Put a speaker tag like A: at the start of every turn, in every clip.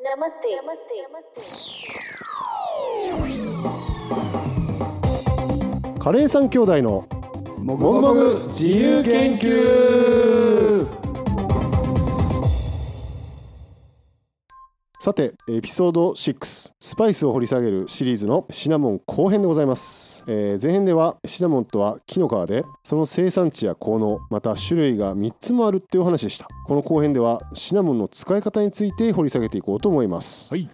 A: नमस्ते नमस्ते नमस्ते
B: カレーさん兄弟の
C: も
B: もぐもぐ自由研究さてエピソード6スパイスを掘り下げるシリーズのシナモン後編でございます、えー前編ではシナモンとは木の皮でその生産地や効能また種類が3つもあるっていうお話でしたこの後編ではシナモンの使い方について掘り下げていこうと思います
C: はい、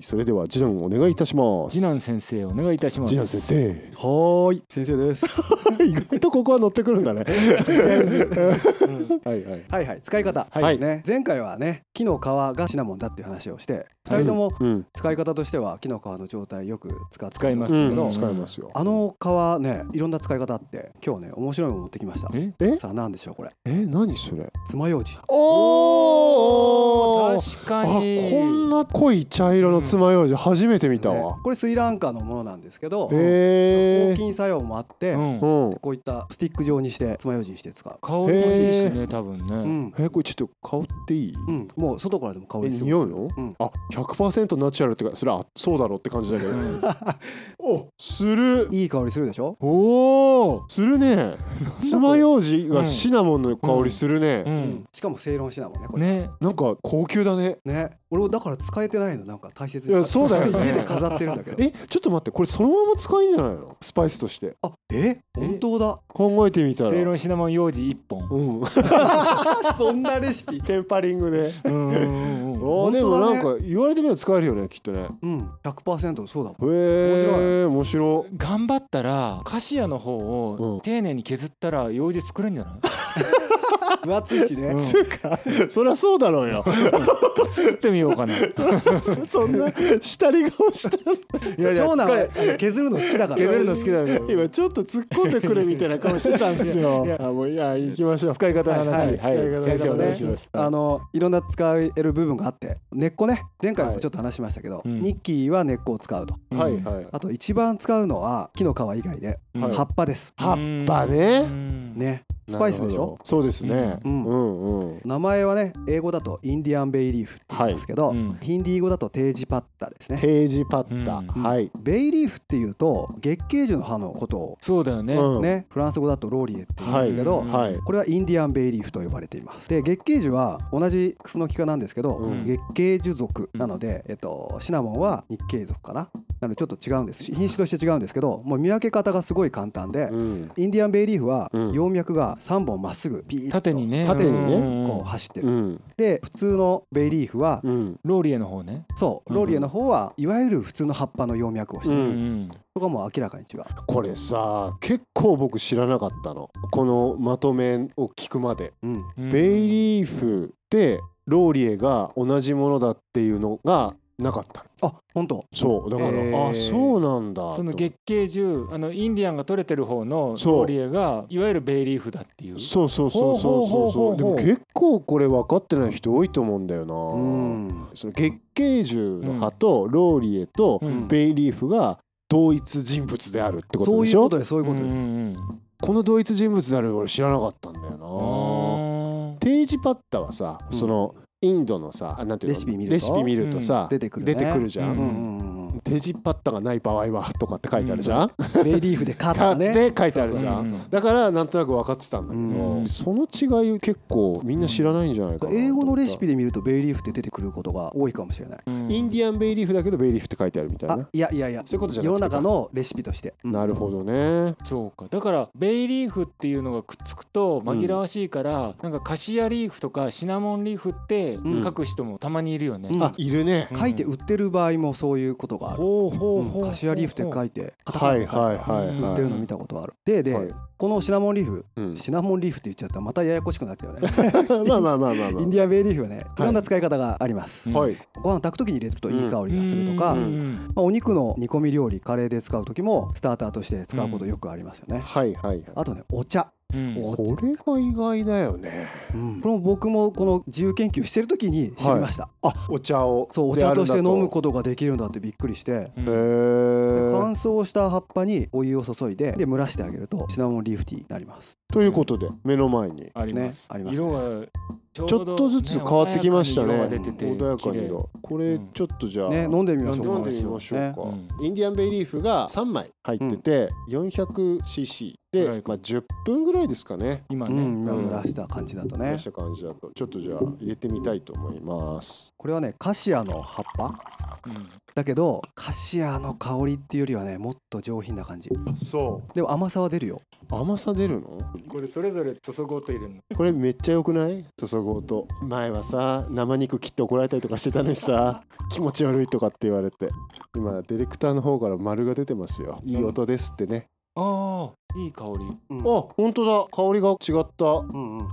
B: それでは次男お願いいたします
C: 次男先生お願いいたします
B: 次男先生
D: はーい先生です
B: 意外とここは乗ってくるんだねはいはい
D: はいはい使い方、
B: はい
D: ね前回はね木の皮がシナモンだっていう話をして2人とも
B: うん
D: 使い方としては木の皮の状態よく使って
C: 使います
B: う
C: け
B: ん
C: ど、
B: 使えますよ
D: あの皮ねいろんな使い方あって今日ね面白いもの持ってきました
C: え
B: え
D: さあ何でしょうこれ
B: え何それ
D: 爪楊枝
B: おー
C: 確か
B: あ
C: に
B: こんな濃い茶色の爪楊枝初めて見たわ
D: ね、これスリランカのものなんですけど
B: へえ
D: 抗菌作用もあって、
C: うん
B: うん
D: こういったスティック状にして爪楊枝にして使う、
C: 香りもいいしね多分ね、
D: うん
B: えこれちょっと香っていい
D: うん、もう外からでも香
B: え
D: りする
B: 匂うの
D: うん
B: あ100%ナチュラルってかそれはそうだろうって感じだけど
C: うん
B: おする
D: いい香りするでしょ
C: おお、
B: するね爪楊枝がシナモンの香りする
C: う
B: ね
C: ん、
D: しかも正論シナモンねこれ
C: ね
B: なんか高級だね
D: ね俺もだから使えてないのなんか大切
B: いやそうだよね
D: 家で飾ってるんだけど
B: えちょっと待ってこれそのまま使えんじゃないのスパイスとして
D: あえ本当だ
B: 考えてみた
C: セイロ
B: ら
C: ンシナモン用事一本
B: うん
D: そんなレシピ
B: テンパリングで
C: うんうんうん
B: ああ
D: 本当だね
B: でもなんか言われてみれば使えるよねきっとねへ
D: うん100%そうだもん
B: え面白
C: 頑張ったらカシアの方
B: うん
C: を丁寧に削ったら用事作れるんじゃない、
D: 分厚いしね
C: うん
B: つうかそりゃそうだろ うよ
C: 作ってみようかない
B: そんな下り顔した
C: やいや
D: 長男は
C: 使
D: あの削るの好きだから
C: 削るの好きだけど
B: 今ちょっと突っ込んでくるみたいな顔してたんですよ
C: いやい
B: あもういや行きましょう
C: 使い方の話
B: はい
C: はい、
B: 使い方の話
C: 先生お願い
B: し
C: し
B: ま
C: ますす
D: あのいろんな使える部分があって根っこね前回もちょっと話しましたけど、
C: いうん
D: ニッキーは根っこを使うと
B: はいはい
D: あと一番使うのは木の皮以外で
C: い
B: はい
D: 葉っぱです、
B: 葉っぱね
D: ねスパイスでし
B: なるほ
D: ょ
B: どそうですねう
D: うんん
B: うん
D: 名前はね英語だとインディアンベイリーフって言うんですけど、
C: はいうん
D: ヒンディー語だとテージパッタですね
B: ページパッタ
C: う
B: はい
D: ベイリーフっていうと月桂樹の葉のことを
C: そうだよね、
B: うん
D: ね、フランス語だとローリエって言うん
B: は
D: で
B: い
D: すけど、
C: うん
B: はい
D: これはインディアンベイリーフと呼ばれていますで月桂樹は同じクスノキ科なんですけど、
B: うん
D: 月桂樹属なので、えっと、シナモンは日系属かななのでちょっと違うんです品種として違うんですけどもう見分け方がすごい簡単で、
B: うん
D: インディアンベイリーフは
B: うん
D: 葉脈が3本まっすぐピーッと
C: 縦にね
B: 縦にね
C: うんうんうん
D: こう走ってる、
B: うん
D: で普通のベイリーフは、
B: うん
C: ローリエの方ね、
D: そう
C: うん
D: ローリエの方はいわゆる普通の葉っぱの葉脈をして
B: う
D: る、
B: ん
C: うん
D: そこはもう明らかに違う
B: これさ結構僕知らなかったのこのまとめを聞くまで
D: うん
C: うん
B: ベイリーフでローリエが同じものだっていうのがなかった
D: あ本当
B: そうだから、
D: えー
B: あそうなんだ
C: その月桂樹あのインディアンが取れてる方のローリエがいわゆるベイリーフだっていう
B: そうそうそうそうそうそ
C: ほうほうほうほ
B: う
C: う
B: でも結構これ分かってない人多いと思うんだよな、
D: うん
B: その月桂樹の葉とローリエと
C: うん
B: ベイリーフが同一人物であるってこと
D: そう
B: で
D: い
B: し
D: う
B: ょ
D: ことですそういうことです、
C: んうんうん
B: この同一人物である俺知らなかったんだよな
C: あ
B: テージパッタはさ、
D: うん
B: そのインドのさあなんていうの
D: レシピ見ると
B: レシピ見るとさ、
D: 出てくるね
B: 出てくるじゃん、
C: うん
D: うん
B: テージパッタがない場合はとかって書いてあるじゃん、
D: ベイリーフでカッ
B: か
D: タ
B: っ
D: ね
B: て書いてあるじゃ
C: そうそうそ
B: ん
C: う
B: だからなんとなく分かってたんだけど、
C: うん
B: その違い結構みんな知らないんじゃないかなと思った
D: 英語のレシピで見るとベイリーフって出てくることが多いかもしれない、
B: インデ
C: ィ
B: ィアンベイリーフだけどベイリーフって書いてあるみたい
D: あ
B: ない
D: やいやいや
B: そういうことじゃな
D: 世
B: くて
D: の中のレシピとして、うん
B: なるほどね
C: アそうかだからベイリーフっていうのがくっつくと紛らわしいから、なんかカシアリーフとかシナモンリーフって
D: うん
C: 書く人もたまにいるよね、
D: うん
B: あいるね
D: 書いて売ってる場合もそういうことがある、
C: ほうほうほう、
D: うんカシアリーフって書いてカタカ
B: は
D: ナ
B: い
D: で書いて
B: はいはい
D: 売っ
B: は
D: て
B: い、
D: るの見たことあるでで、
B: はい
D: このシナモンリーフ
B: うん
D: シナモンリーフって言っちゃったらまたややこしくなっちゃうね
B: まあまあまあまあま
D: インディアンベイリーフはねいろんな使い方があります、
C: う
B: あ
C: ィアン
B: はい
D: ご飯炊く時に入れるといい香りがするとか、
C: うんうん
D: まあ、お肉の煮込み料理カレーで使う時もスターターとして使うことよくありますよね、
B: はいはいはい
D: あとねお茶
C: うん
D: お
B: これが意外だよね
D: これも僕もこの自由研究してる時に知りました、
B: あお茶を
D: そうお
B: であ
D: 茶
B: るん
D: と
B: だ
D: して飲むことができるんだってびっくりして
C: う
B: へ
C: ん
B: え
D: 乾燥した葉っぱにお湯を注いでで蒸らしてあげるとシナモンリーフティーになります
B: ということで目の前に
C: あります
D: ねあります
C: 色がちょ
B: ちょっとずつ変わってきましたね
C: 穏やかに色が出てて
B: 穏やかに
C: 綺麗
B: 色これちょっとじゃあ、
D: ね飲んでみましょうか
B: 飲んでみましょう
D: ね
B: か、
C: うん
B: インディアンベイリーフが3枚入ってて、400cc で
C: ぐらい、か
B: まあ、10分ぐらいですかね
C: 今
D: う
C: ね、
D: ん、
B: うん
D: 蒸らした感じだとね
B: 出した感じだとちょっとじゃあ入れてみたいと思います
D: これはねカシアの葉っぱ
C: うん
D: だけどカシアの香りっていうよりはねもっと上品な感じ
B: そ
D: でも甘さは出るよ
B: う甘さ出るの
C: これそれぞれ注ごうと入れるの
B: これめっちゃ良くない注ぐ音前はさ生肉切って怒られたりとかしてたのに さ気持ち悪いとかって言われて今ディレクターの方から丸が出てますよいい音ですってね、
C: ああいい香り
D: うん
B: あ本当だ香りが違った
D: うんうん、こ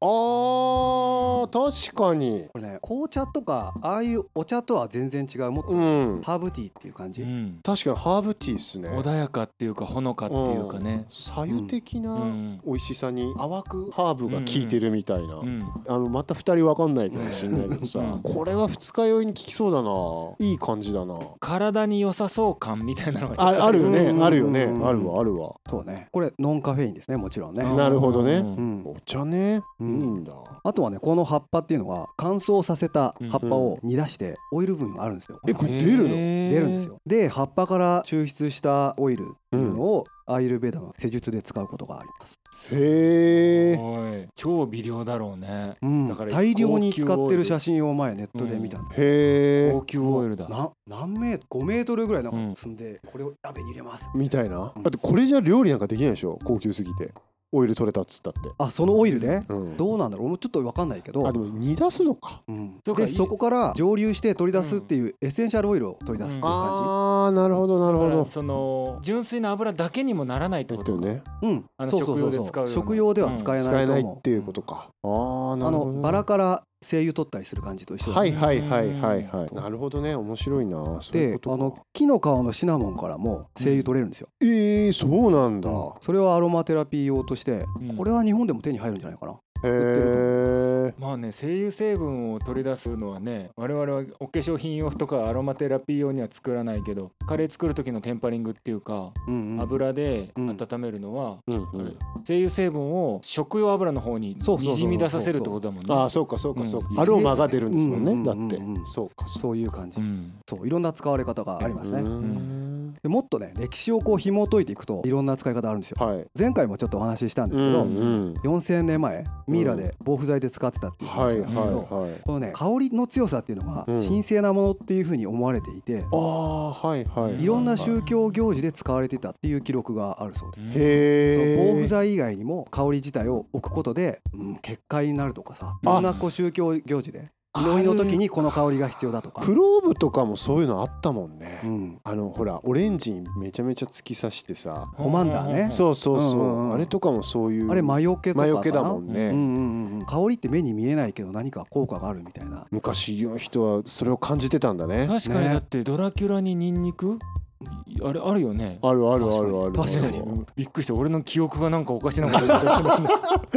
B: あー確かに
D: れね紅茶とかああいうお茶とは全然違うもっと
B: うん
D: ハーブティーっていう感じ、
C: うん
B: 確かにハーブティーですね
C: 穏やかっていうかほのかっていうかね
B: 左右的
C: う
B: なん美味しさに淡くハーブが効いてるみたいな、
C: うん
B: あのまた2人分かんないかもしれないけどさ、
C: うん
B: これは二日酔いに効きそうだないい感じだな
C: 体に良さそう感みたいなのが
B: ああるよね、
D: うん
B: あるよね、
D: うん
B: あるわあるわ、
D: そうねこれノンカフェインですねもちろんね、
B: なるほどね
C: うん
D: うん
B: お茶ね、
D: う
B: いい
D: ん
B: んだ
D: あとはねこの葉っぱっていうのは乾燥させた葉っぱを煮出してオイル分があるんですよ、
B: えこれ出るの
C: へー
D: 出るんですよで葉っぱから抽出したオイルっていうのをアーユルベーダの施術で使うことがあります、
B: へえ
C: おい超微量だろうね
D: うん
C: だから
D: 大量に使ってる写真を前ネットで見たんだ
B: へえ
C: 高級オイルだ
D: な何メートル5メートルぐらいな
C: うんん
D: か積んで、これを鍋に入れます
B: みたいなだってこれじゃ料理なんかできないでしょ高級すぎてオイル取れたっつったって、
D: あそのオイルで、
B: うん、
D: どうなんだろう俺もちょっと分かんないけど
B: あでも煮出すのか
D: うん
C: そうかい
D: でそこから蒸留して取り出すっていうエッセンシャルオイルを取り出すっていう感
B: あーなるほどなる
C: だ
B: ほ
C: から
B: ど
C: その純粋な油だけにもならないって
B: えっ
C: ことと
B: ね
D: じ、うん
C: あの
D: そうそうそう
C: 食用で使うような
D: 食用では使え
B: 使
D: ない
B: え
D: と
B: ない
D: 思う
B: っ、ていうことかあーな
D: あ
B: るほど
D: の
B: ね
D: バラから精油取ったりする感じと一緒だね
B: はいはいはいはいは
C: う
B: い
C: ん
B: なるほどね面白いなそういうこ
D: で
B: と
D: あ
B: か
D: の木の皮のシナモンからも精油取れるんですよ、
B: えー、そうなんだ、
D: それはアロマテラピー用として、
C: うん
D: これは日本でも手に入るんじゃないかな
B: へえ
C: まあね精油成分を取り出すのはね我々はお化粧品用とかアロマテラピー用には作らないけどカレー作る時のテンパリングっていうか
D: うんうん
C: 油で
D: うん
C: 温めるのは
B: うんう
C: うん
B: ん、
C: 精油成分を食用油の方に
D: そうそうそう
C: にじみ出させるってことだもんね。
B: ああそうかそうかそうか、
C: うん
B: アロマが出るんですもんね、
D: うん
B: だって、
D: うんうん
B: そうかそ
D: そういう感じ、
C: うん
D: そういろんな使われ方がありますね、
B: うーん
D: でもっとね歴史をこう紐解いていくといろんな使い方あるんですよ
B: はい
D: 前回もちょっとお話ししたんですけ
B: うん
D: ど、
B: うん
D: 4000年前ミイラで防腐剤で使ってたっていう
B: はいはい
D: 話なんですけど、
B: はい
D: このね香りの強さっていうのが
B: うん
D: 神聖なものっていうふうに思われていて、
B: ああはいはいはい
C: うん
D: いろんな宗教行事で使われてたっていう記録があるそうです。そ
B: へえ
D: の防腐剤以外にも香り自体を置くことで、うん、結界になるとかさい
B: あ
D: ろんなこう宗教行事で祈りの時にこの香りが必要だとか、
B: クローブとかもそういうのあったもんね、
D: うん、
B: あのほらオレンジにめちゃめちゃ突き刺してさ、
D: コマンダーねうん
B: そうそうそう、
D: うんうんうん
B: あれとかもそういう
D: あれ魔除けとか
B: 魔
D: か
B: 除
D: な
B: けだもんね、
D: うんうんうんうん、香りって目に見えないけど何か効果があるみたいな
B: 昔の人はそれを感じてたんだね
C: 確かに
D: ね
C: だってドラキュラにニンニクあれあるよね。
B: あるあるあるある
D: 確かに
B: あ
C: びっくりした俺の記憶がなんかおかしなこと言ってた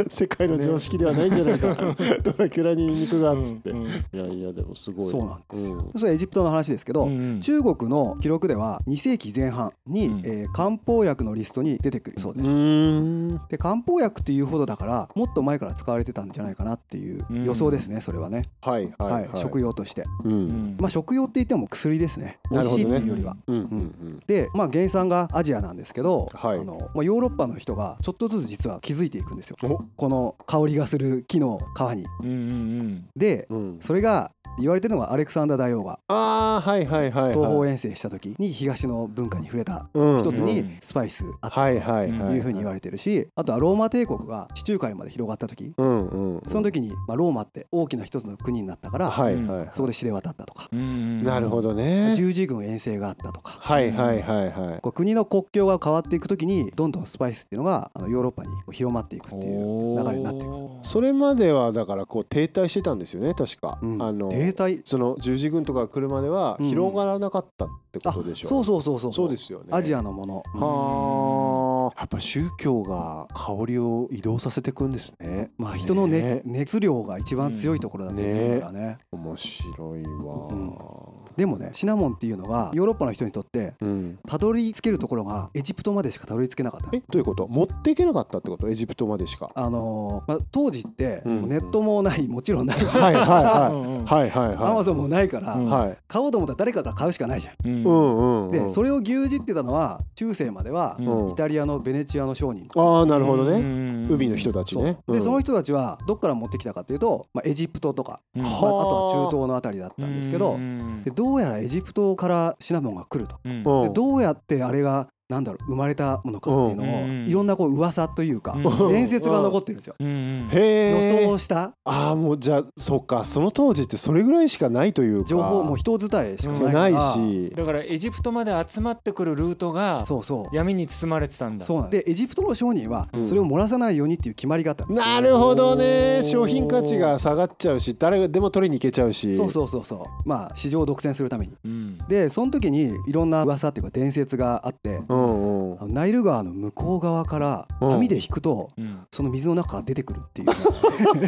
B: る 世界の常識ではないんじゃないかドラキュラにニンニクがっつって、
C: うんうん
B: いやいやでもすごい
D: そうなんですよ、
B: うん
D: それはエジプトの話ですけど、
C: うん
D: 中国の記録では2世紀前半に、
C: うん
D: えー漢方薬のリストに出てくるそうです、
B: ーん
D: で漢方薬っていうほどだからもっと前から使われてたんじゃないかなっていう
C: うん
D: 予想ですね、それはね、
B: はいはい
D: は
B: はいい、
D: 食用として、
B: うん、う
C: うんん
D: まあ、食用って言っても薬ですね美
B: なるほ
D: 味しい
B: どね
D: っていうよりは。
B: うんうん
D: で、まあ、原産がアジアなんですけど、
B: はい
D: あのまあ、ヨーロッパの人がちょっとずつ実は気づいていくんですよ
B: お
D: この香りがする木の皮に。
C: うんうん
D: で
B: うん
D: それが言われてるのがアレクサンダー大王が
B: ああはいはいはいはい
D: 東方遠征した時に東の文化に触れた
B: うん
D: 一つ
B: う
D: に
B: ん
D: スパイスあった
B: はいはい
D: と
B: はい
D: いうふうに言われてるしあとはローマ帝国が地中海まで広がった時
B: うんうん
D: その時にまあローマって大きな一つの国になったから
B: はいはい、
D: そこで知れ渡ったとか
C: うんうんうん
B: なるほどね
D: 十字軍遠征があったとか
B: はいはいはいはい
D: こう国の国境が変わっていく時にどんどんスパイスっていうのがあのヨーロッパにこう広まっていくっていう流れになっていく。
C: おー
B: それまではだからこう停滞してたんですよね確か、
D: うん
B: あの
D: 停滞
B: その十字軍とかが来るまでは
D: うん
B: 広がらなかったってこ
D: あ
B: とでしょ
D: そうそうそうそう
B: そうですよね
D: アジアのもの、
B: は
D: な
B: やっぱ宗教が香りを移動させてくんですね
D: まあ人の、ね
B: ね
D: 熱量が一番強いところだったりするからね
B: 面白いわ
D: でもねシナモンっていうのはヨーロッパの人にとって
B: うん、
D: たどり着けるところがエジプトまでしかたどり着けなかった
B: えどういうこと持っていけなかったってことエジプトまでしか
D: あのーまあ、当時って
B: うん
D: ネットもないもちろんない
B: はいはい
C: うん
B: は
C: うん
B: いはいはい
D: アマ
B: は
D: ゾンもないから、
C: う
B: い
C: ん
B: はい
D: 買おうと思ったら誰かが買うしかないじゃん。
C: うん
B: うんうんうん
D: でそれを牛耳ってたのは中世までは
C: う
D: イ
C: ん
B: うん
D: タリアのベネチアの商人。
B: ああなるほど
C: うん
B: ね
C: うんうん
B: 海の人たちね
D: そうでその
B: 人
D: 人たちはどっから持ってきたかっていうと、まあ、エジプトとか、
C: うん
D: まあ、あ
B: は
D: とは中東のあたりだったんですけど、
C: うんうん
D: でどうやらエジプトからシナモンが来ると。
C: うん
B: う
D: で
B: ん
D: どうやってあれがなんだろう生まれたものかっていうのを
C: うん
D: いろんなこう噂というか
C: うん
D: 伝説が残ってるんですよ。
C: うんうん
B: へ
D: 予
B: え
D: 想した
B: ああもうじゃあそうかその当時ってそれぐらいしかないというか
D: 情報も人伝えしか
B: じゃ
D: な
B: ないい
D: から
B: し
C: だからエジプトまで集まってくるルートが
D: そうそう
C: 闇に包まれてたんだ
D: そうなんですでエジプトの商人は
B: うん
D: それを漏らさないようにっていう決まりがあったんです
B: なるほどね
C: おー
B: 商品価値が下がっちゃうし誰でも取りに行けちゃうし
D: そうそうそうそうまあ市場を独占するために
C: うん
D: でその時にいろんな噂っていうか伝説があって
B: うんうん
D: あのナイル川の向こう側から
B: うん
D: 網で引くと
C: うん
D: その水の中から出てくるっていう ね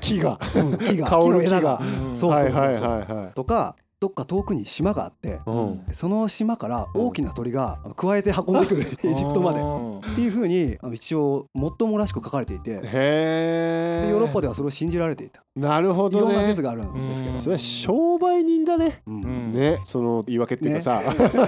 B: 木が
D: うん木が
B: 香
D: 木
B: る
D: の
B: 木が
D: 枝がそう
B: は
D: そう
B: い
D: そ
B: はいうはい
D: そう
B: は
D: とかどっか遠くに島があって
B: いうん
D: でその島から大きな鳥があの加えて運んでくるエジプトまでっ
C: おー
D: ていうふうにあの一応もっともらしく書かれていて
B: へ
D: で
B: え
D: ヨーロッパではそれを信じられていた
B: なるほ
D: いろ
B: ど
D: んな
B: ね
D: 説があるんですけど
C: うん
B: それは商売人だね
D: うん
C: うん
B: ねその言い訳っていうかさ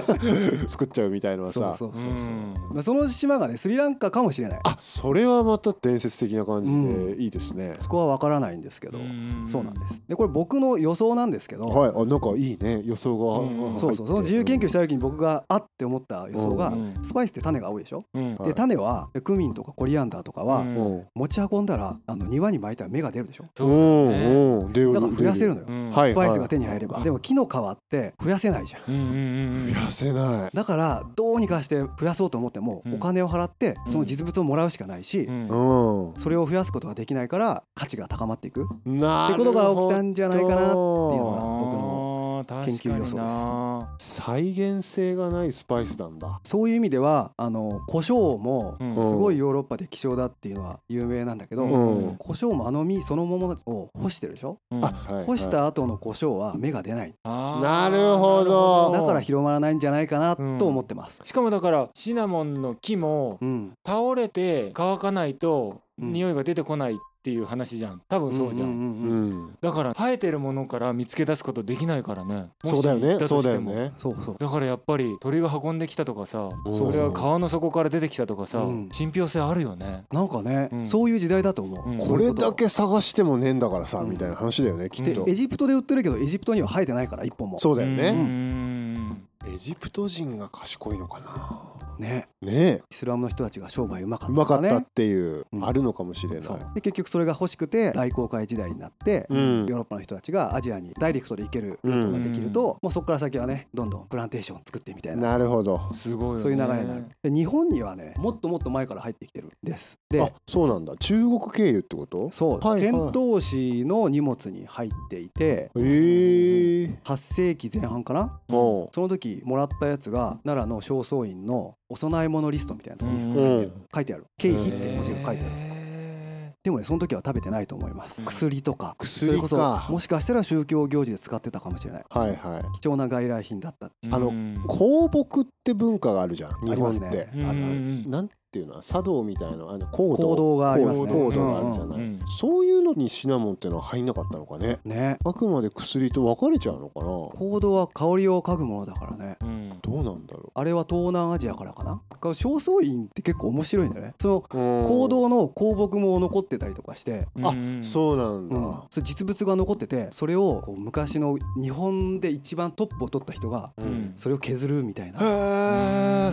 B: 作っちゃうみたいのは
D: そう
B: さ
D: そう
C: う
D: そうそうんまあその島がねスリランカかもしれない
B: あそれはまた伝説的な感じで
D: う
B: いいですね
D: そこは分からないんですけど
C: うん
D: そうなんですでこれ僕の予想なんですけど
B: はいあなんかいいね予想が
C: うん
B: 入って
D: そうそうその自由研究した時に僕があって思った予想
B: う
D: が
C: ん
D: スパイスって種が多いでしょ
C: うん
B: はい
D: で種はクミンとかコリアンダーとか
C: う
D: は
C: ん
B: うん
D: 持ち運んだらあの庭に巻いたら芽が出るでしょ
B: う
C: そ
B: ん
C: だね
B: うんで
D: だから増やせる
B: よ
D: のよ
C: うん
B: はい
D: スパイスが手に入れば
B: はい
D: でも木の皮って増やせないじゃん
C: うんうんうんうん
B: 増やせない
D: だからどうにかして増やそうと思っても
C: うん
D: お金を払ってその実物をもらうしかないし
C: うん
B: うん
D: それを増やすことができないから価値が高まっていくって
B: なるほ
D: こと
B: ど
D: が起きたんじゃないかなっていうのが
C: あ
D: 僕の
C: ー
D: 研究予想です
C: 確かにな
B: 再現性がないスパイスなんだ
D: そういう意味ではあの胡椒も
C: うん
D: すごいヨーロッパで希少だっていうのは有名なんだけど、
B: うん
D: 胡椒もあの実そのものを干してるでしょ、
C: うん
B: あはい
D: 干した後の胡椒は芽が出ない
C: あー
B: なるほど
D: だから広まらないんじゃないかなと思ってます、
C: しかもだからシナモンの木も
D: うん
C: 倒れて乾かないと
D: うん
C: 匂いが出てこないっていう話じゃん多分そうじゃん、
D: ん
B: うん
D: ん
B: ん
C: だから生えてるものから見つけ出すことできないからね
B: そうだよ
C: もし行っ
B: ね
C: た
B: そ
C: と
B: う
C: し
B: だ
C: て
B: よ
C: も
B: ね
D: そうそう
C: だからやっぱり鳥が運んできたとかさ
B: うん
C: それは川の底から出てきたとかさ、
D: うん
C: 信憑性あるよね
D: なんかね、
C: うん
D: そういう時代だと思う、
C: うん
B: これだけ探してもねえんだからさ
D: うん
B: みたいな話だよねきっ
D: で
B: と
D: エジプトで売ってるけどエジプトには生えてないから一本も
B: そうだよ
C: う
B: ね
C: ん
B: エジプト人が賢いのかな
D: ね
B: ねえ
D: イスラムの人たちが商売うまか
B: う
D: っ
B: ま
D: た
B: か
D: か
B: っ
D: ね
B: たっていう
D: うん
B: あるのかもしれない
D: そうで結局それが欲しくて大航海時代になって、
B: うん
D: ヨーロッパの人たちがアジアにダイレクトで行けるルートができると、もうそこから先はねどんどんプランテーションを作ってみたいな
B: なるほど
C: すごいよね
D: そういう流れになるで日本にはねもっともっと前から入ってきてるんです
B: あ
D: で
B: そうなんだ中国経由ってこと
D: そう、
B: はいはい
D: 遣唐使の荷物に入っていて
B: へえ
D: 8世紀前半かな
B: も
D: その時もらったやつが奈良の正倉院のお供え物リストみたいなところに
B: う
C: うん
B: うん
D: 書いてある「経費」って文字が書いてある
C: へ
D: でもねその時は食べてないと思います
C: うん
D: 薬とかそれ
B: 薬
D: こそ
B: か
D: もしかしたら宗教行事で使ってたかもしれない
B: はいはい
D: 貴重な外来品だった
C: ー
B: あの
C: うん
B: 香木って文化があるじゃん日本っ
D: あります
B: て
D: ねあるある
B: なんていうの茶道みたいなあの行
D: 行動がありますね
B: 行動があるじゃ
D: うん
C: うん
B: な
C: う
B: い、
C: んうん
B: そういうのにシナモンっていうのは入んなかったのかね
D: ね
B: あくまで薬と分かれちゃうのかなど
D: 行動は香りを嗅ぐものだからね
C: うん
B: うなんだろ
D: あれは東南アジアからかなだから正倉院って結構面白いんだよねその
B: ううん
D: 行動の香木も残ってたりとかして、
B: あ
C: うん
B: そうなんだ、
D: うんそれ実物が残っててそれをこう昔の日本で一番トップを取った人が
B: うん
C: うん
D: それを削るみたいな、
B: へ
D: だか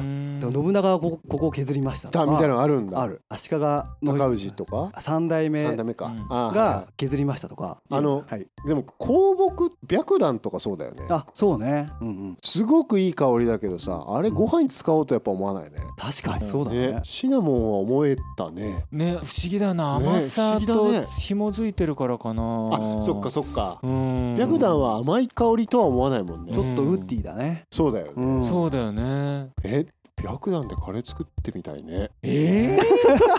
B: え
D: ら信長がここここを削りましたとか
B: だみたいなのあるんだ
D: ある足利の
B: 高氏とか
D: 三代目
B: 三代目か、
C: うん
B: あーはいは
D: が削りましたとか
B: あの
D: はい、
B: いでも香木白檀とかそうだよね
D: あそうね、うんうん、
B: すごくいい香りだけどさあれご飯に使おうとやっぱ思わないね、
D: 確かにそうだね
B: ねシナモンは思えたね
C: ね不思議だな
B: ね
C: 甘
B: 不
C: さ
B: 思
C: と
B: 議だね
C: 紐づいてるからかな
B: あそっかそっか
C: うん
B: 白檀は甘い香りとは思わないもんね
D: ちょっとウッディだね、
B: そうだよ
D: う
B: ね
D: ん
C: そうだよね
B: え白檀でカレー作ってみたいね
C: え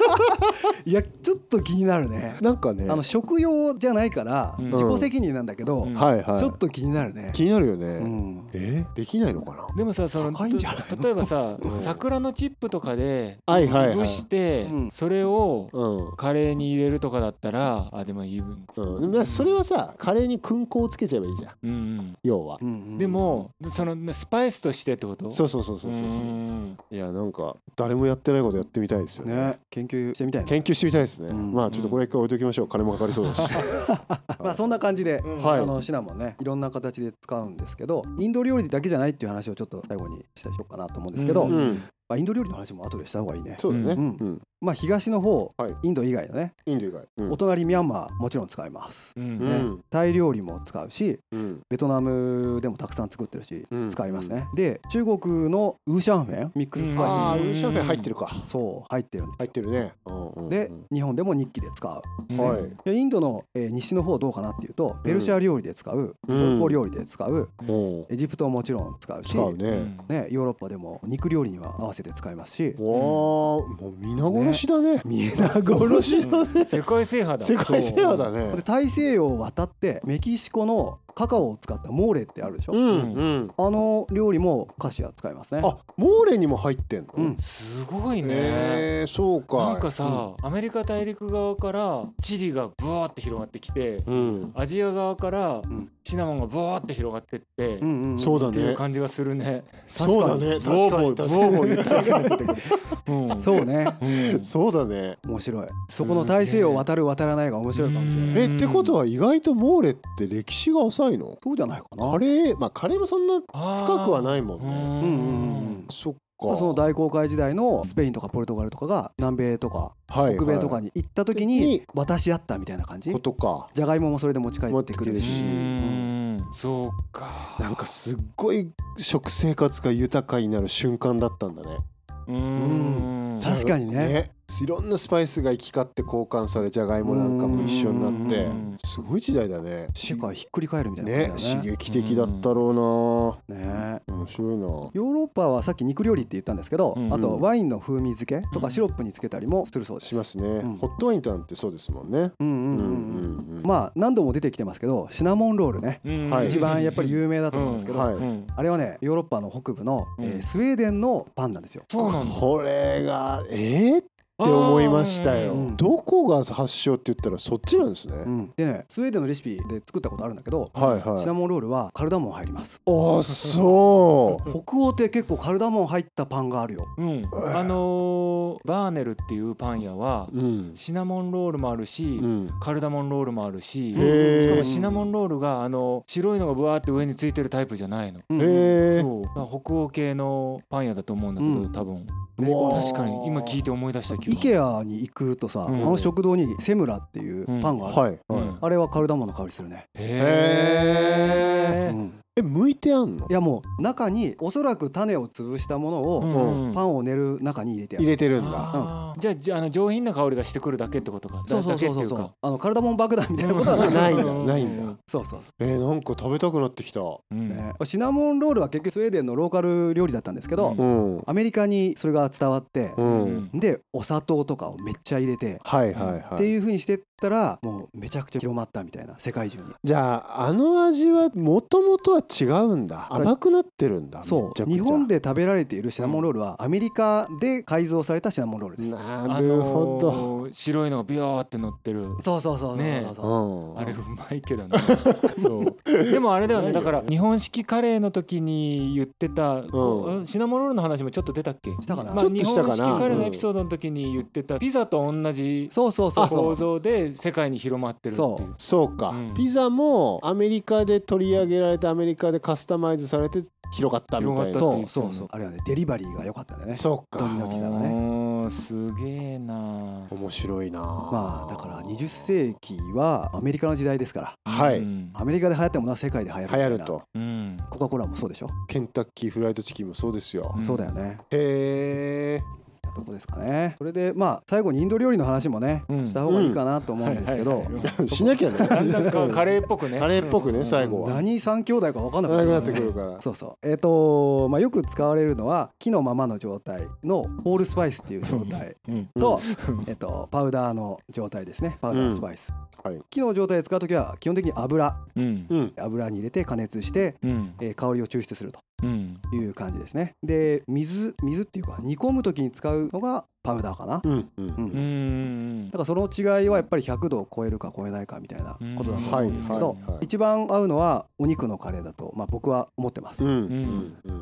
D: いやちょっと気になるね
B: なんかね
D: あの食用じゃないから
C: うん
D: 自己責任なんだけど、
C: うん
B: はいはい
D: ちょっと気になるね、
B: 気になるよ
D: う
B: ね、
D: ん、
B: えーできないのかな
C: ー、でもさその
D: 高いんじゃない
C: と例えばさ
B: うん
C: 桜のチップとかで
B: はいはい
C: い
B: はい
C: ぶして、
D: うん
C: それを
B: うん
C: カレーに入れるとかだったらあでもいい分
B: うん、まあそれはさカレーに燻香をつけちゃえばいいじゃん
C: うんうん
B: 要は
D: うんうん
C: でもそのスパイスとしてってこと
B: そううそうそうそうそう
C: うん
B: いやなんか誰もやってないことやってみたいですよね
D: ね研究してみたいね
B: 研究してみたいですね、
D: うん
B: まあちょっとこれ一回置いときましょう金もかかりそうだし
D: まあそんな感じで、
C: うん
B: はい
D: あのシナモンねいろんな形で使うんですけどインド料理だけじゃないっていう話をちょっと最後にしたりしようかなと思うんですけど、
C: う
B: うんん
D: まあ、インド料理の話も後でした方がいいね
B: そうだねう
D: うんん、まあ東の方、
B: はい
D: インド以外のね
B: インド以外うん
D: お隣ミャンマーもちろん使います、
C: う
B: うん
D: ね
B: ん
D: タイ料理も使うし
B: うん
D: ベトナムでもたくさん作ってるし、
B: うん
D: 使いますねで中国のウーシャンフェンミックススパイス、
B: ああ
C: うん
B: ウーシャンフェン入ってるか
D: そう入ってるんです
B: 入ってるね、うんうんうん
D: で日本でも日記で使う
C: うん
B: はい
D: でインドの、えー西の方どうかなっていうとペルシャ料理で使う、
B: うん
D: トルコ料理で使う
B: おう
D: エジプトももちろん使うし
B: 使う
C: う
B: ね、
C: ん
D: ね、ヨーロッパでも肉料理には合わせて使いますし
B: わあもう皆殺しだね
D: 皆
B: 殺しだね、
C: 世界制覇だ
B: 世界制覇だ
D: で
B: ね
D: 大西洋を渡ってメキシコのカカオを使ったモーレってあるでしょ、
B: うんうん
D: あの料理も菓子は使いますね
B: あモーレにも入ってんの、
D: うん
C: すごいね
B: えー、そうか
C: なんかさアメリカ大陸側からチリがブワーって広がってきて
B: うん、
C: アジア側から
D: ん
C: シナモンがブワーって広がってってっ
D: うんうんうん
B: そうだ
C: てい
B: ね
C: う感じがするね
B: そうだね
C: ブオ
B: 確
C: ー
B: か
C: ボー
B: に
C: ブ
B: 確
C: オーボ
B: か
C: ー言ってなくなってたけどうん
D: そうね
C: うん
B: そうだね
D: 面白いそこの大西洋を渡る渡らないが面白いかもしれない
C: うん
B: えってことは意外とモーレって歴史が浅いの
D: そうじゃないかな
B: カレーまあカレーもそんな
C: あー
B: 深くはないもんね
D: うんうんうん
B: そっか
D: うんその大航海時代のスペインとかポルトガルとかが南米とか
B: はい
D: 北米とか
B: に
D: に行った時
B: に
D: に渡し合ったみたいな感じ
B: ことか
D: じゃがいももそれで持ち帰ってくる
B: 持
D: し
B: っ
C: う
B: てくるし
C: んそうか
B: なんかすっごい食生活が豊かになる瞬間だったんだね
C: うん
D: 確かにね
B: いろんなスパイスが行き交って交換されじゃがいもなんかも一緒になっ
C: う
B: て
C: ん
B: すごい時代だね
D: 世界ひっくり返るみたいな
B: ね
D: ことだ
B: 刺
D: よね
B: 激的だったろ
D: ね
B: うな面白いな
D: ヨーロッパはさっき肉料理って言ったんですけど、
C: うん
D: あとワインの風味付けと
C: う
D: か
C: ん
D: シロップにつけたりもするそうです。
B: しますね
D: うん
B: ホットワインなんてそうですもんね
D: うんう
B: うんん
D: う
B: うんん
D: うん
B: うん
D: まあ何度も出てきてますけどシナモンロールね、
C: うん
B: はい
D: 一番やっぱり有名だと思うんですけど、
B: はい
C: うん
D: あれはねヨーロッパの北部の、
C: うん
D: えースウェーデンのパンなんですよ。
C: そうなんだっ
B: これがえー、って思いましたよ、
D: うん
B: どこが発祥って言ったらそっちなんですね、
D: うんでねスウェーデンのレシピで作ったことあるんだけど、
B: はいはい
D: シナモンロールはカルダモン入ります。
B: あそ
D: 北欧って結構カルダモン入ったパンがあるよ。
C: うん、あのーバーネルっていうパン屋は
B: ううん、
C: シナモンロールもあるし、
B: うん、
C: カルダモンロールもある
B: へ
C: し、
B: ー
C: しかもシナモンロールがあの白いのがぶわーって上についてるタイプじゃないの、
D: うん
B: えー、
C: そうまあ北欧系のパン屋だと思うんだけど、
D: うん
C: 多分
D: ね
B: うわー
C: 確かに今聞いて思い出した気が
D: イケアに行くとさ、
C: うん
D: あの食堂にセムラっていうパンがある、
B: はい、
C: う
B: はい
C: ん
D: あれはカルダモンの香りするね。
B: へ
C: へ
D: う
C: ー
D: ん
B: え向いてあんの
D: いやもう中におそらく種を潰したものを
B: うん
D: パンを練る中に入れてある、
B: 入れてるんだ
C: あーじゃあじゃああの上品な香りがしてくるだけってことかだ
D: そうそうそうそうそうあのカルダモン爆弾みたいなことは
C: だ
D: ない
C: けっていうか
B: ないんだないんだ
D: そうそう、
B: えー、なんか食べたくなってきた
C: うん
D: ねシナモンロールは結局スウェーデンのローカル料理だったんですけど、
C: うん
B: うん
D: アメリカにそれが伝わって
B: う、
C: うん
B: ん、
D: でお砂糖とかをめっちゃ入れて、
B: はいはいはい
D: っていう風にしてったらもうめちゃくちゃ広まったみたいな世界中に
B: じゃああの味はもともとは違うんだ甘くなってるんだめ
D: そ
B: っちゃ
D: う
B: くちゃ
D: 日本で食べられているシナモンロールはアメリカで改造されたシナモンロールです、
B: なるほ
C: あ
B: ど、
C: のー白いのがビヨーって乗ってる
D: そうそうそうそうそうそう、
B: うん
C: あれうまいけ どねそうでもあれだよねだから日本式カレーの時に言ってた、こうシナモンロールの話もちょっと出たっけ
D: したかな
C: まあ、
B: ちょっと
C: 日
B: したか
C: 本
B: な
C: 式カレーのエピソードの時に言ってたピザと同じ
D: そうそうそうそ
C: 構
D: う
C: 造で世界に広まってるっていう
B: そうか、
C: うん
B: ピザもアメリカで取り上げられてアメリカでカスタマイズされて広がったみたいな
C: 広がっ
D: そうそうそうあれはねデリバリーが良かったんだよね
B: そう
D: どん
B: か
D: なピザがね
C: ねすげえな
B: 面白いな
D: まあだから20世紀はアメリカの時代ですから
B: はい、
C: うん
D: アメリカで流行ったものは世界で流行るみ
B: 流
D: たいな
B: 行ると
C: うん
D: コカ・コーラもそうでしょ、
B: ケンタッキーフライドチキンもそうですよ、
C: うん
D: そうだよね
B: へえ
D: とこですかねそれでまあ最後にインド料理の話もね、
C: うん
D: した方がいいかなと思うんですけど、
C: はいはいはい
B: しなきゃね
C: だんだんかカレーっぽくね。
B: カレーっぽくね
C: うん
B: 最後は
D: 何三兄弟か分かんなく
B: 長くな
D: な
B: ってくるから
D: そうそうえっ、と、まあ、よく使われるのは木のままの状態のホールスパイスっていう状態
C: うん
D: と,、えっとパウダーの状態ですねパウダースパイス、
B: はい
D: 木の状態で使う時は基本的に油
C: うん
B: うん
D: 油に入れて加熱して、
C: うん
D: えー香りを抽出すると
C: うん
D: いう感じですねで水水っていうか煮込む時に使うのがパウダーかな、
B: うんうん
D: うん
C: うんう
D: だ
C: ん
D: からその違いはやっぱり100度を超えるか超えないかみたいなことだと思
B: はい
D: うんですけど、
B: はいはい
D: 一番合うのはお肉のカレーだと、まあ、僕は思ってます、
B: うん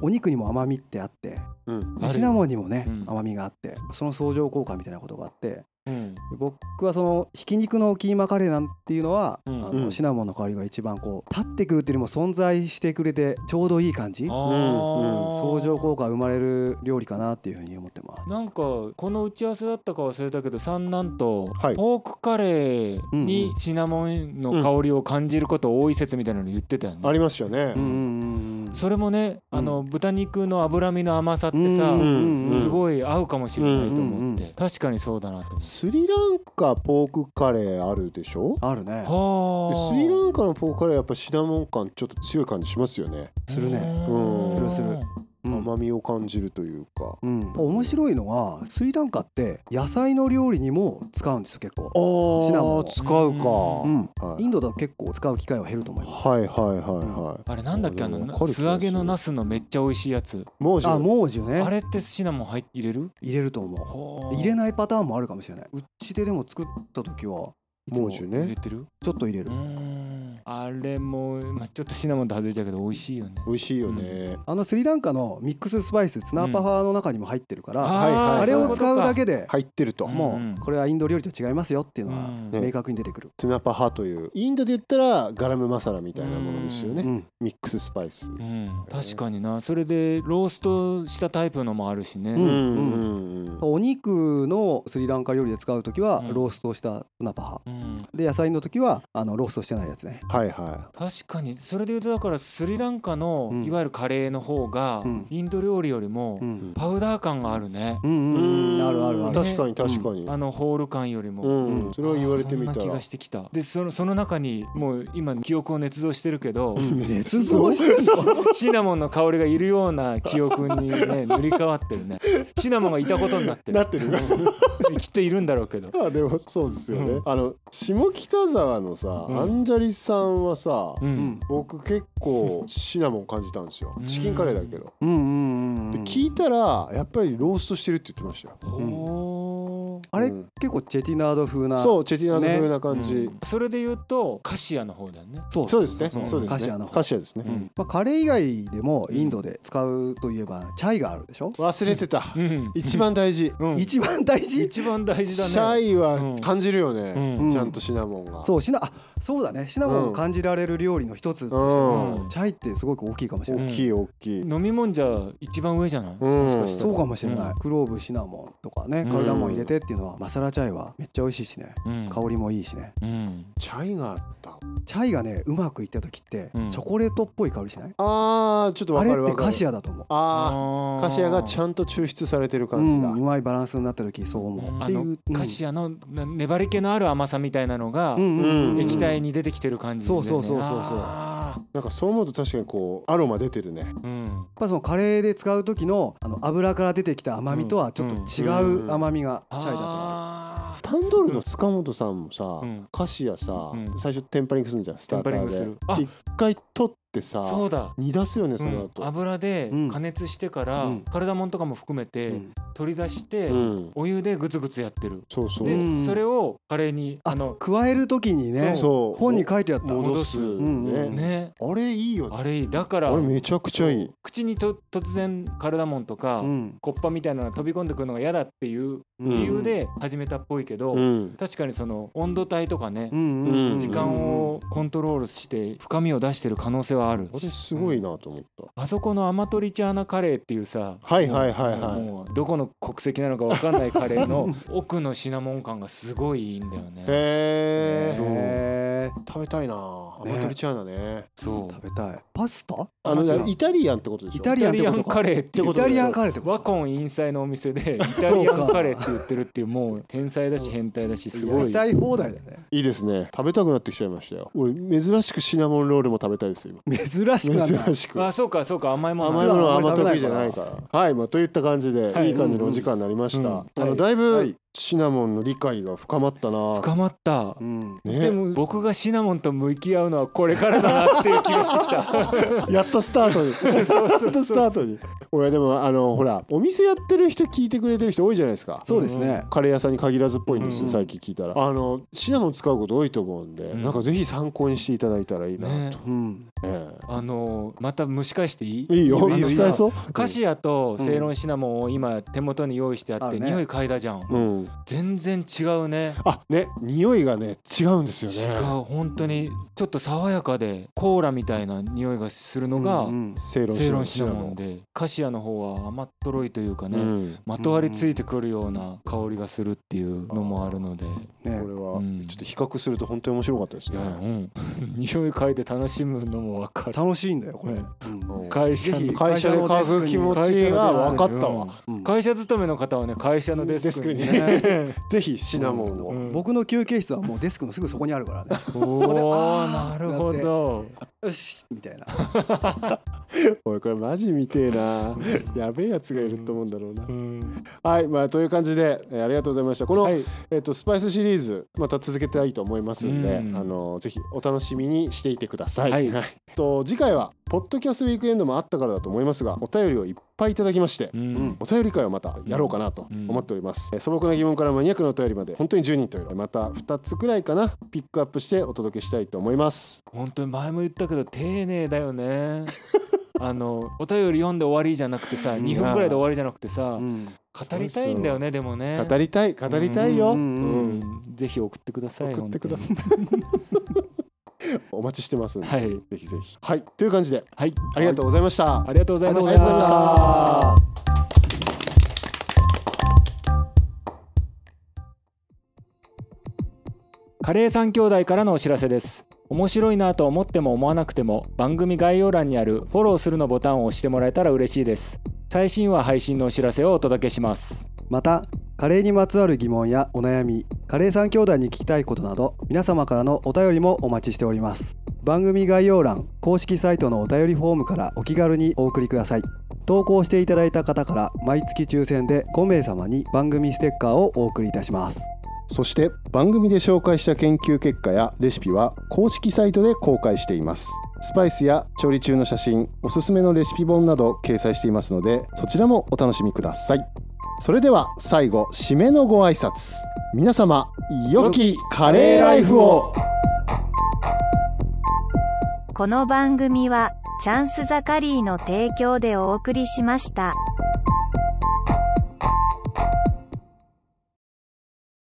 D: お肉にも甘みってあって
B: うん
C: ある
D: シナモンにもね、
C: うん
D: 甘みがあってその相乗効果みたいなことがあって
C: うん
D: 僕はそのひき肉のキーマカレーなんていうのは、
C: うん
D: あ
B: う
D: の
B: ん
D: シナモンの香りが一番こう立ってくるっていうよりも存在してくれてちょうどいい感じ
B: うん
C: あー
D: 相乗効果が生まれる料理かなっていうふうに思ってます
C: なんかこの打ち合わせだったか忘れたけど三男と
B: はい
C: ポークカレー
D: うん
C: に
D: う
C: シナモンの香りを感じること多い説みたいなの言ってたよ
B: あ
C: ね。
B: りましたよね
D: うんうんうん
C: それもねあの豚肉の脂身の甘さってさ
D: うんうんうん
B: うん
C: すごい合うかもしれないと
D: うん
C: 思
D: う
C: っ
D: んう
C: て確かにそうだなと思って
B: スリランカポークカレーあるでしょ
D: あるね
C: は
B: で
C: あ
B: スリランカのポークカレーはやっぱシナモン感ちょっと強い感じしますよね
D: するね
B: うん
D: するするうん
B: 甘みを感じるというか
D: うん、面白いのはスリランカって野菜の料理にも使うんですよ結構
B: あ、ー
D: ン
B: 使うか
C: う
D: うん、
B: はい
D: インドだと結構使う機会は減ると思います
B: はいはいはいは
C: あれなんだっけあの
B: うん
C: な
B: わかる気がす
C: 素
B: る
C: 揚げのナスのめっちゃ美味しいやつ
B: いもうじ
D: あモージュね
C: あれってシナモン入入れる
D: 入れると思う入
C: 入
D: れ
C: な
D: ないパターンもあるかもしれないうちででも作った時はいつ
B: も
D: も
B: う
D: ち
B: じ
D: ょ
B: ゅ
C: 入れ
B: ね
C: てる
D: っと入れ
C: う
D: る
C: んあれも、まあ、ちょっとシナモンと外れちゃうけど美味しいよね
B: 美味しいよね
D: あのスリランカのミックススパイスツナパファの中にも入ってるから、
B: はいはい
C: ー
D: あれ
C: そ
D: を
C: いこと
D: 使うだけ
C: か
D: で
B: 入ってると
C: うん
D: もうこれはインド料理と違いますよっていうのは
C: うん
D: 明確に出てくる、
B: トゥナパハというインドで言ったらガラムマサラみたいなものですよ
D: う
B: ね
D: ん
B: ミックススパイス
C: うん確かになそれでローストしたタイプのもあるしね、
B: うんんうん
D: お肉のスリランカ料理で使う時は
C: うん
D: ローストしたツナパハ
C: うん
D: で野菜の時はあのローストしてないやつね
B: はいは
C: 確かにそれでいうとだからスリランカの
D: うん
C: いわゆるカレーの方が
D: うん
C: インド料理よりも
D: うん
C: パウダー感があるね、
D: うん
B: い
D: うんうんあるあるあ
C: ね
D: る
B: 確かに確かに
C: あのホール感よりも、
B: うんそれは言われてみた
C: あーそんな気
B: ら
C: がしてきたでそのその中にもう今記憶を捏造してるけど
D: 熱造してるの
C: シナモンの香りがいるような記憶にね塗り替わってるねシナモンがいたことになってる
B: なってるね
C: うんきっといるんだろうけど
B: あでもそうですよね、
C: うん
B: あの下北沢のさ、
C: うん
B: アンジャリさんはさ、
C: う
D: うんん
B: 僕結構シナモン感じたんですよ
C: うん
B: チキンカレーだけど、
D: うんうんうんう
B: で
D: ん
B: 聞いたらやっぱりローストしてるって言ってましたよ、
C: ほー
D: あれ
B: うん
D: 結構チェティナード風な
B: そうチェティナード風な感じ、
C: うんそれで言うとカシアの方だよね
D: そう
B: そうですね
C: そう
B: そうですね
D: カシアの方
B: ですね、
C: うん
D: まあ、カレー以外でもインドで使うといえばチャイがあるでしょ、
B: 忘れてた、
C: うん
B: 一番大事
C: うん
D: 一番大事
C: 一番大事だね
B: シャイ
C: う
B: は
C: ん
B: 感じるよね、
C: うん
B: ちゃんとシナモンが、
D: そうシナあそうだねシナモンを感じられる料理の一つですよね
C: うん
D: チャイってすごく大きいかもしれない、
B: 大きい大きい、
C: 飲み物じゃ一番上じゃない、
B: うん
C: もしかした
D: そ
C: ら
D: うかもしれない、クローブシナモンとかね
C: うん
D: カルダモン入れてっていうのはマサラチャイはめっちゃ美味しいしね
C: うん
D: 香りもいいしね
C: うん
B: チャイがあった
D: チャイがねうまくいった時って
C: うん
D: チョコレートっぽい香りしない、
B: あーちょっと
D: あ
B: わ
D: れ
B: かる
D: っ
B: わ
D: て
B: かる
D: カシアだと思う
B: あーカシアがち
C: ゃん
B: ゃんと抽出されてる
D: う
B: 感じだ、
D: ん、うまいバランスになった時そう思う、っ
C: あ
D: ていう、う
C: の
D: ん
C: カシアのな粘り気のある甘さみたいなのが
D: うんうんうんうん
C: 液体に出てきてる感じだよね
D: そうそうそうそうそう
C: あ
B: なんかそう思うと確かにこうアロマ出てるね
C: ーうん
D: やっぱそのカレーで使う時のあの油から出てきた甘みとはちょっと違う甘みがチャイだとあ
C: あ
B: タンドールの塚本さんもさ、
C: うん
B: 菓子やさ、
C: うん
B: 最初テンパリングするんじゃんスタータ
C: テン
B: ー
C: パリングするあ
B: で一回取ってさ
C: ーそうだ
B: 煮出すよねその後、
C: うん油で
D: うん
C: 加熱してから、
D: うん
C: カルダモンとかも含め
D: る、う
C: て
D: ん
C: 取り出して、
B: うん
C: お湯でグツグツやってる
B: そうそう、
C: で、
D: うん
C: それをカレーにあ
D: あ
C: の
D: 加える時にね
B: そう
D: 本に書いてあった
B: 戻す、
C: 戻
D: うんうん
B: ね
C: ね
B: あれいいよね
C: あれいいだから
B: あれめちゃくちゃいい
C: 口にと突然カルダモンとか、
D: うん
C: コッパみたいなのが飛び込んでくるのが嫌だっていう
D: うん
C: 理由で始めたっぽいけど、
B: うん
C: 確かにその温度帯とかね
D: う、んうんうん
B: 時
C: 時間をコントロールして深みを出してる可能性はある
B: あれすごいなと思った、
C: あそこのアマトリチャーナカレーっていうさ
B: はいはいはいはい
C: もうどこの国籍なのかわかん ないカレーの奥のシナモン感がすごいいいんだよね。
B: へ
C: そう
B: え
D: へえ
B: 食べたいなあア
D: ね
B: マトリチャーナね
C: そ
D: 食べたいパスタ
B: あの
D: パスタ
B: イタリアンってことでしょ
D: イタ
C: うイ
D: リア
C: タ
D: ンって
C: リア
D: こと
C: ン
D: か
C: カレーっていう
B: イ
D: イタリアンカレーって
C: ワ
D: こ
C: コンインサイのお店 でイタリアンカレーって言ってるっていうもう天才だし変態だし
D: と
C: すご
D: や
C: い
D: りたい放題だね
B: いいですね食べたくなってきちゃいましたよ俺珍しくシナモンロールも食べたいですよ
D: 珍しく
B: 今
D: なんだ
B: 珍しく
C: あそうかそうか甘いもの
B: 甘
C: あ
B: い
C: る
B: ものは
D: は
B: あんま
D: 食べ
B: 得
D: な
B: 意
D: い
B: じ
D: か
B: ゃ
D: ら
B: ないからはいまあといった感じで、
C: はい
B: い、い感じのお時間になりました、
C: うんうんうん
B: あ
C: は
B: の
C: い
B: だいぶ、
D: はい
B: シナモンの理解が深まったな
C: 深まった
D: うん
C: で
B: ね、
C: も僕がシナモンと向き合うのはこれからだなって いう気がしてきた
B: やっとスタート にやっとスタートに俺でもあのほらお店やってる人聞いてくれてる人多いじゃないですか
D: そうですね
B: カレー屋さんに限らずっぽいんですよ、
C: うん
B: 最近聞いたらあのシナモン使うこと多いと思うんで、
C: うん
B: なんかぜひ参考にしていただいたらいいなと、
C: ね
D: うん
B: え
C: あのーまた蒸し返していい
B: えいいよ
D: いいよいいよ
B: 伝えそう
C: カシアとセイロンシナモンを今手元に用意してあっ
D: あ
C: て
D: るね
C: 匂い嗅いだじゃん
B: うん
C: 全然違うね
B: あね匂いがね違うんですよ
C: 違
B: ね
C: う本当にちょっと爽やかでコーラみたいな匂いがするのが
D: うん
B: 正論
C: セイ
B: シ
C: ロン
B: ナ
C: シナモ
B: モ
C: ン
B: ン
C: でカシアの方は甘っとろいというか
B: う
C: ね
B: ん
C: まとわりついてくるような香りがするっていうのもあるので
D: ね
B: これは
C: うん
B: ちょっと比較すると本当に面白かったです
C: いや
B: ね。
C: うん 匂い嗅いで楽しむのも分かる
D: 楽しいんだよこれ、
C: ね
D: うん
B: うん
C: 会社
D: ぜひ
B: 会社で嗅ぐ気持ちが分かったわ。
D: うん
C: 会社勤めの方はね会社のデスクに
B: デス
C: ね
B: ぜひシナモンを。
C: うん
D: 僕の休憩室はもうデスクのすぐそこにあるから ね
C: お
D: で
C: お
D: あ
C: な
D: ー
C: るほど
D: よしみたいな
B: おいこれマジみてえな。やべえやつがいると思うんだろうな
C: う。ん
B: はいまあという感じでえーありがとうございました。この、
C: はい
B: えっとスパイスシリーズまた続けたいと思いますんで、
C: うん
B: あのぜひお楽しみにしていてください。
C: はい
B: えっと次回はポッドキャストウィークエンドもあったからだと思いますが、お便りをいっぱいいただきまして
C: う。ん
B: お便り会をまたやろうかなと
C: うん
B: 思っております、えー素朴な疑問からマニアックなお便りまで本当に10人というまた2つくらいかなピックアップしてお届けしたいと思います
C: 本当に前も言ったけど丁寧だ よねあのお便り読んで終わりじゃなくてさ
D: うん
C: 2分くらいで終わりじゃなくてさ
D: うん
C: 語りたいんだよねでもね
B: 語りたい語りたいよ、
D: うん
C: う
B: うん
C: んぜひ送ってください
B: 送ってくださ
C: い
B: お待ちしてますんで、
C: はい
B: ぜひぜひはいという感じで
C: はい
B: ありがとうございました、
C: ありがとうございました
B: ありがとうございました
C: カレー三兄弟からのお知らせです面白いなと思っても思わなくても番組概要欄にあるフォローするのボタンを押してもらえたら嬉しいです最新話配信のお知らせをお届けします
D: またカレーにまつわる疑問やお悩みカレー三兄弟に聞きたいことなど皆様からのお便りもお待ちしております番組概要欄公式サイトのお便りフォームからお気軽にお送りください投稿していただいた方から毎月抽選で5名様に番組ステッカーをお送りいたします
B: そして番組で紹介した研究結果やレシピは公式サイトで公開していますスパイスや調理中の写真おすすめのレシピ本など掲載していますのでそちらもお楽しみくださいそれでは最後締めのご挨拶皆様良きカレーライフを
E: この番組はチャンスザカリーの提供でお送りしました。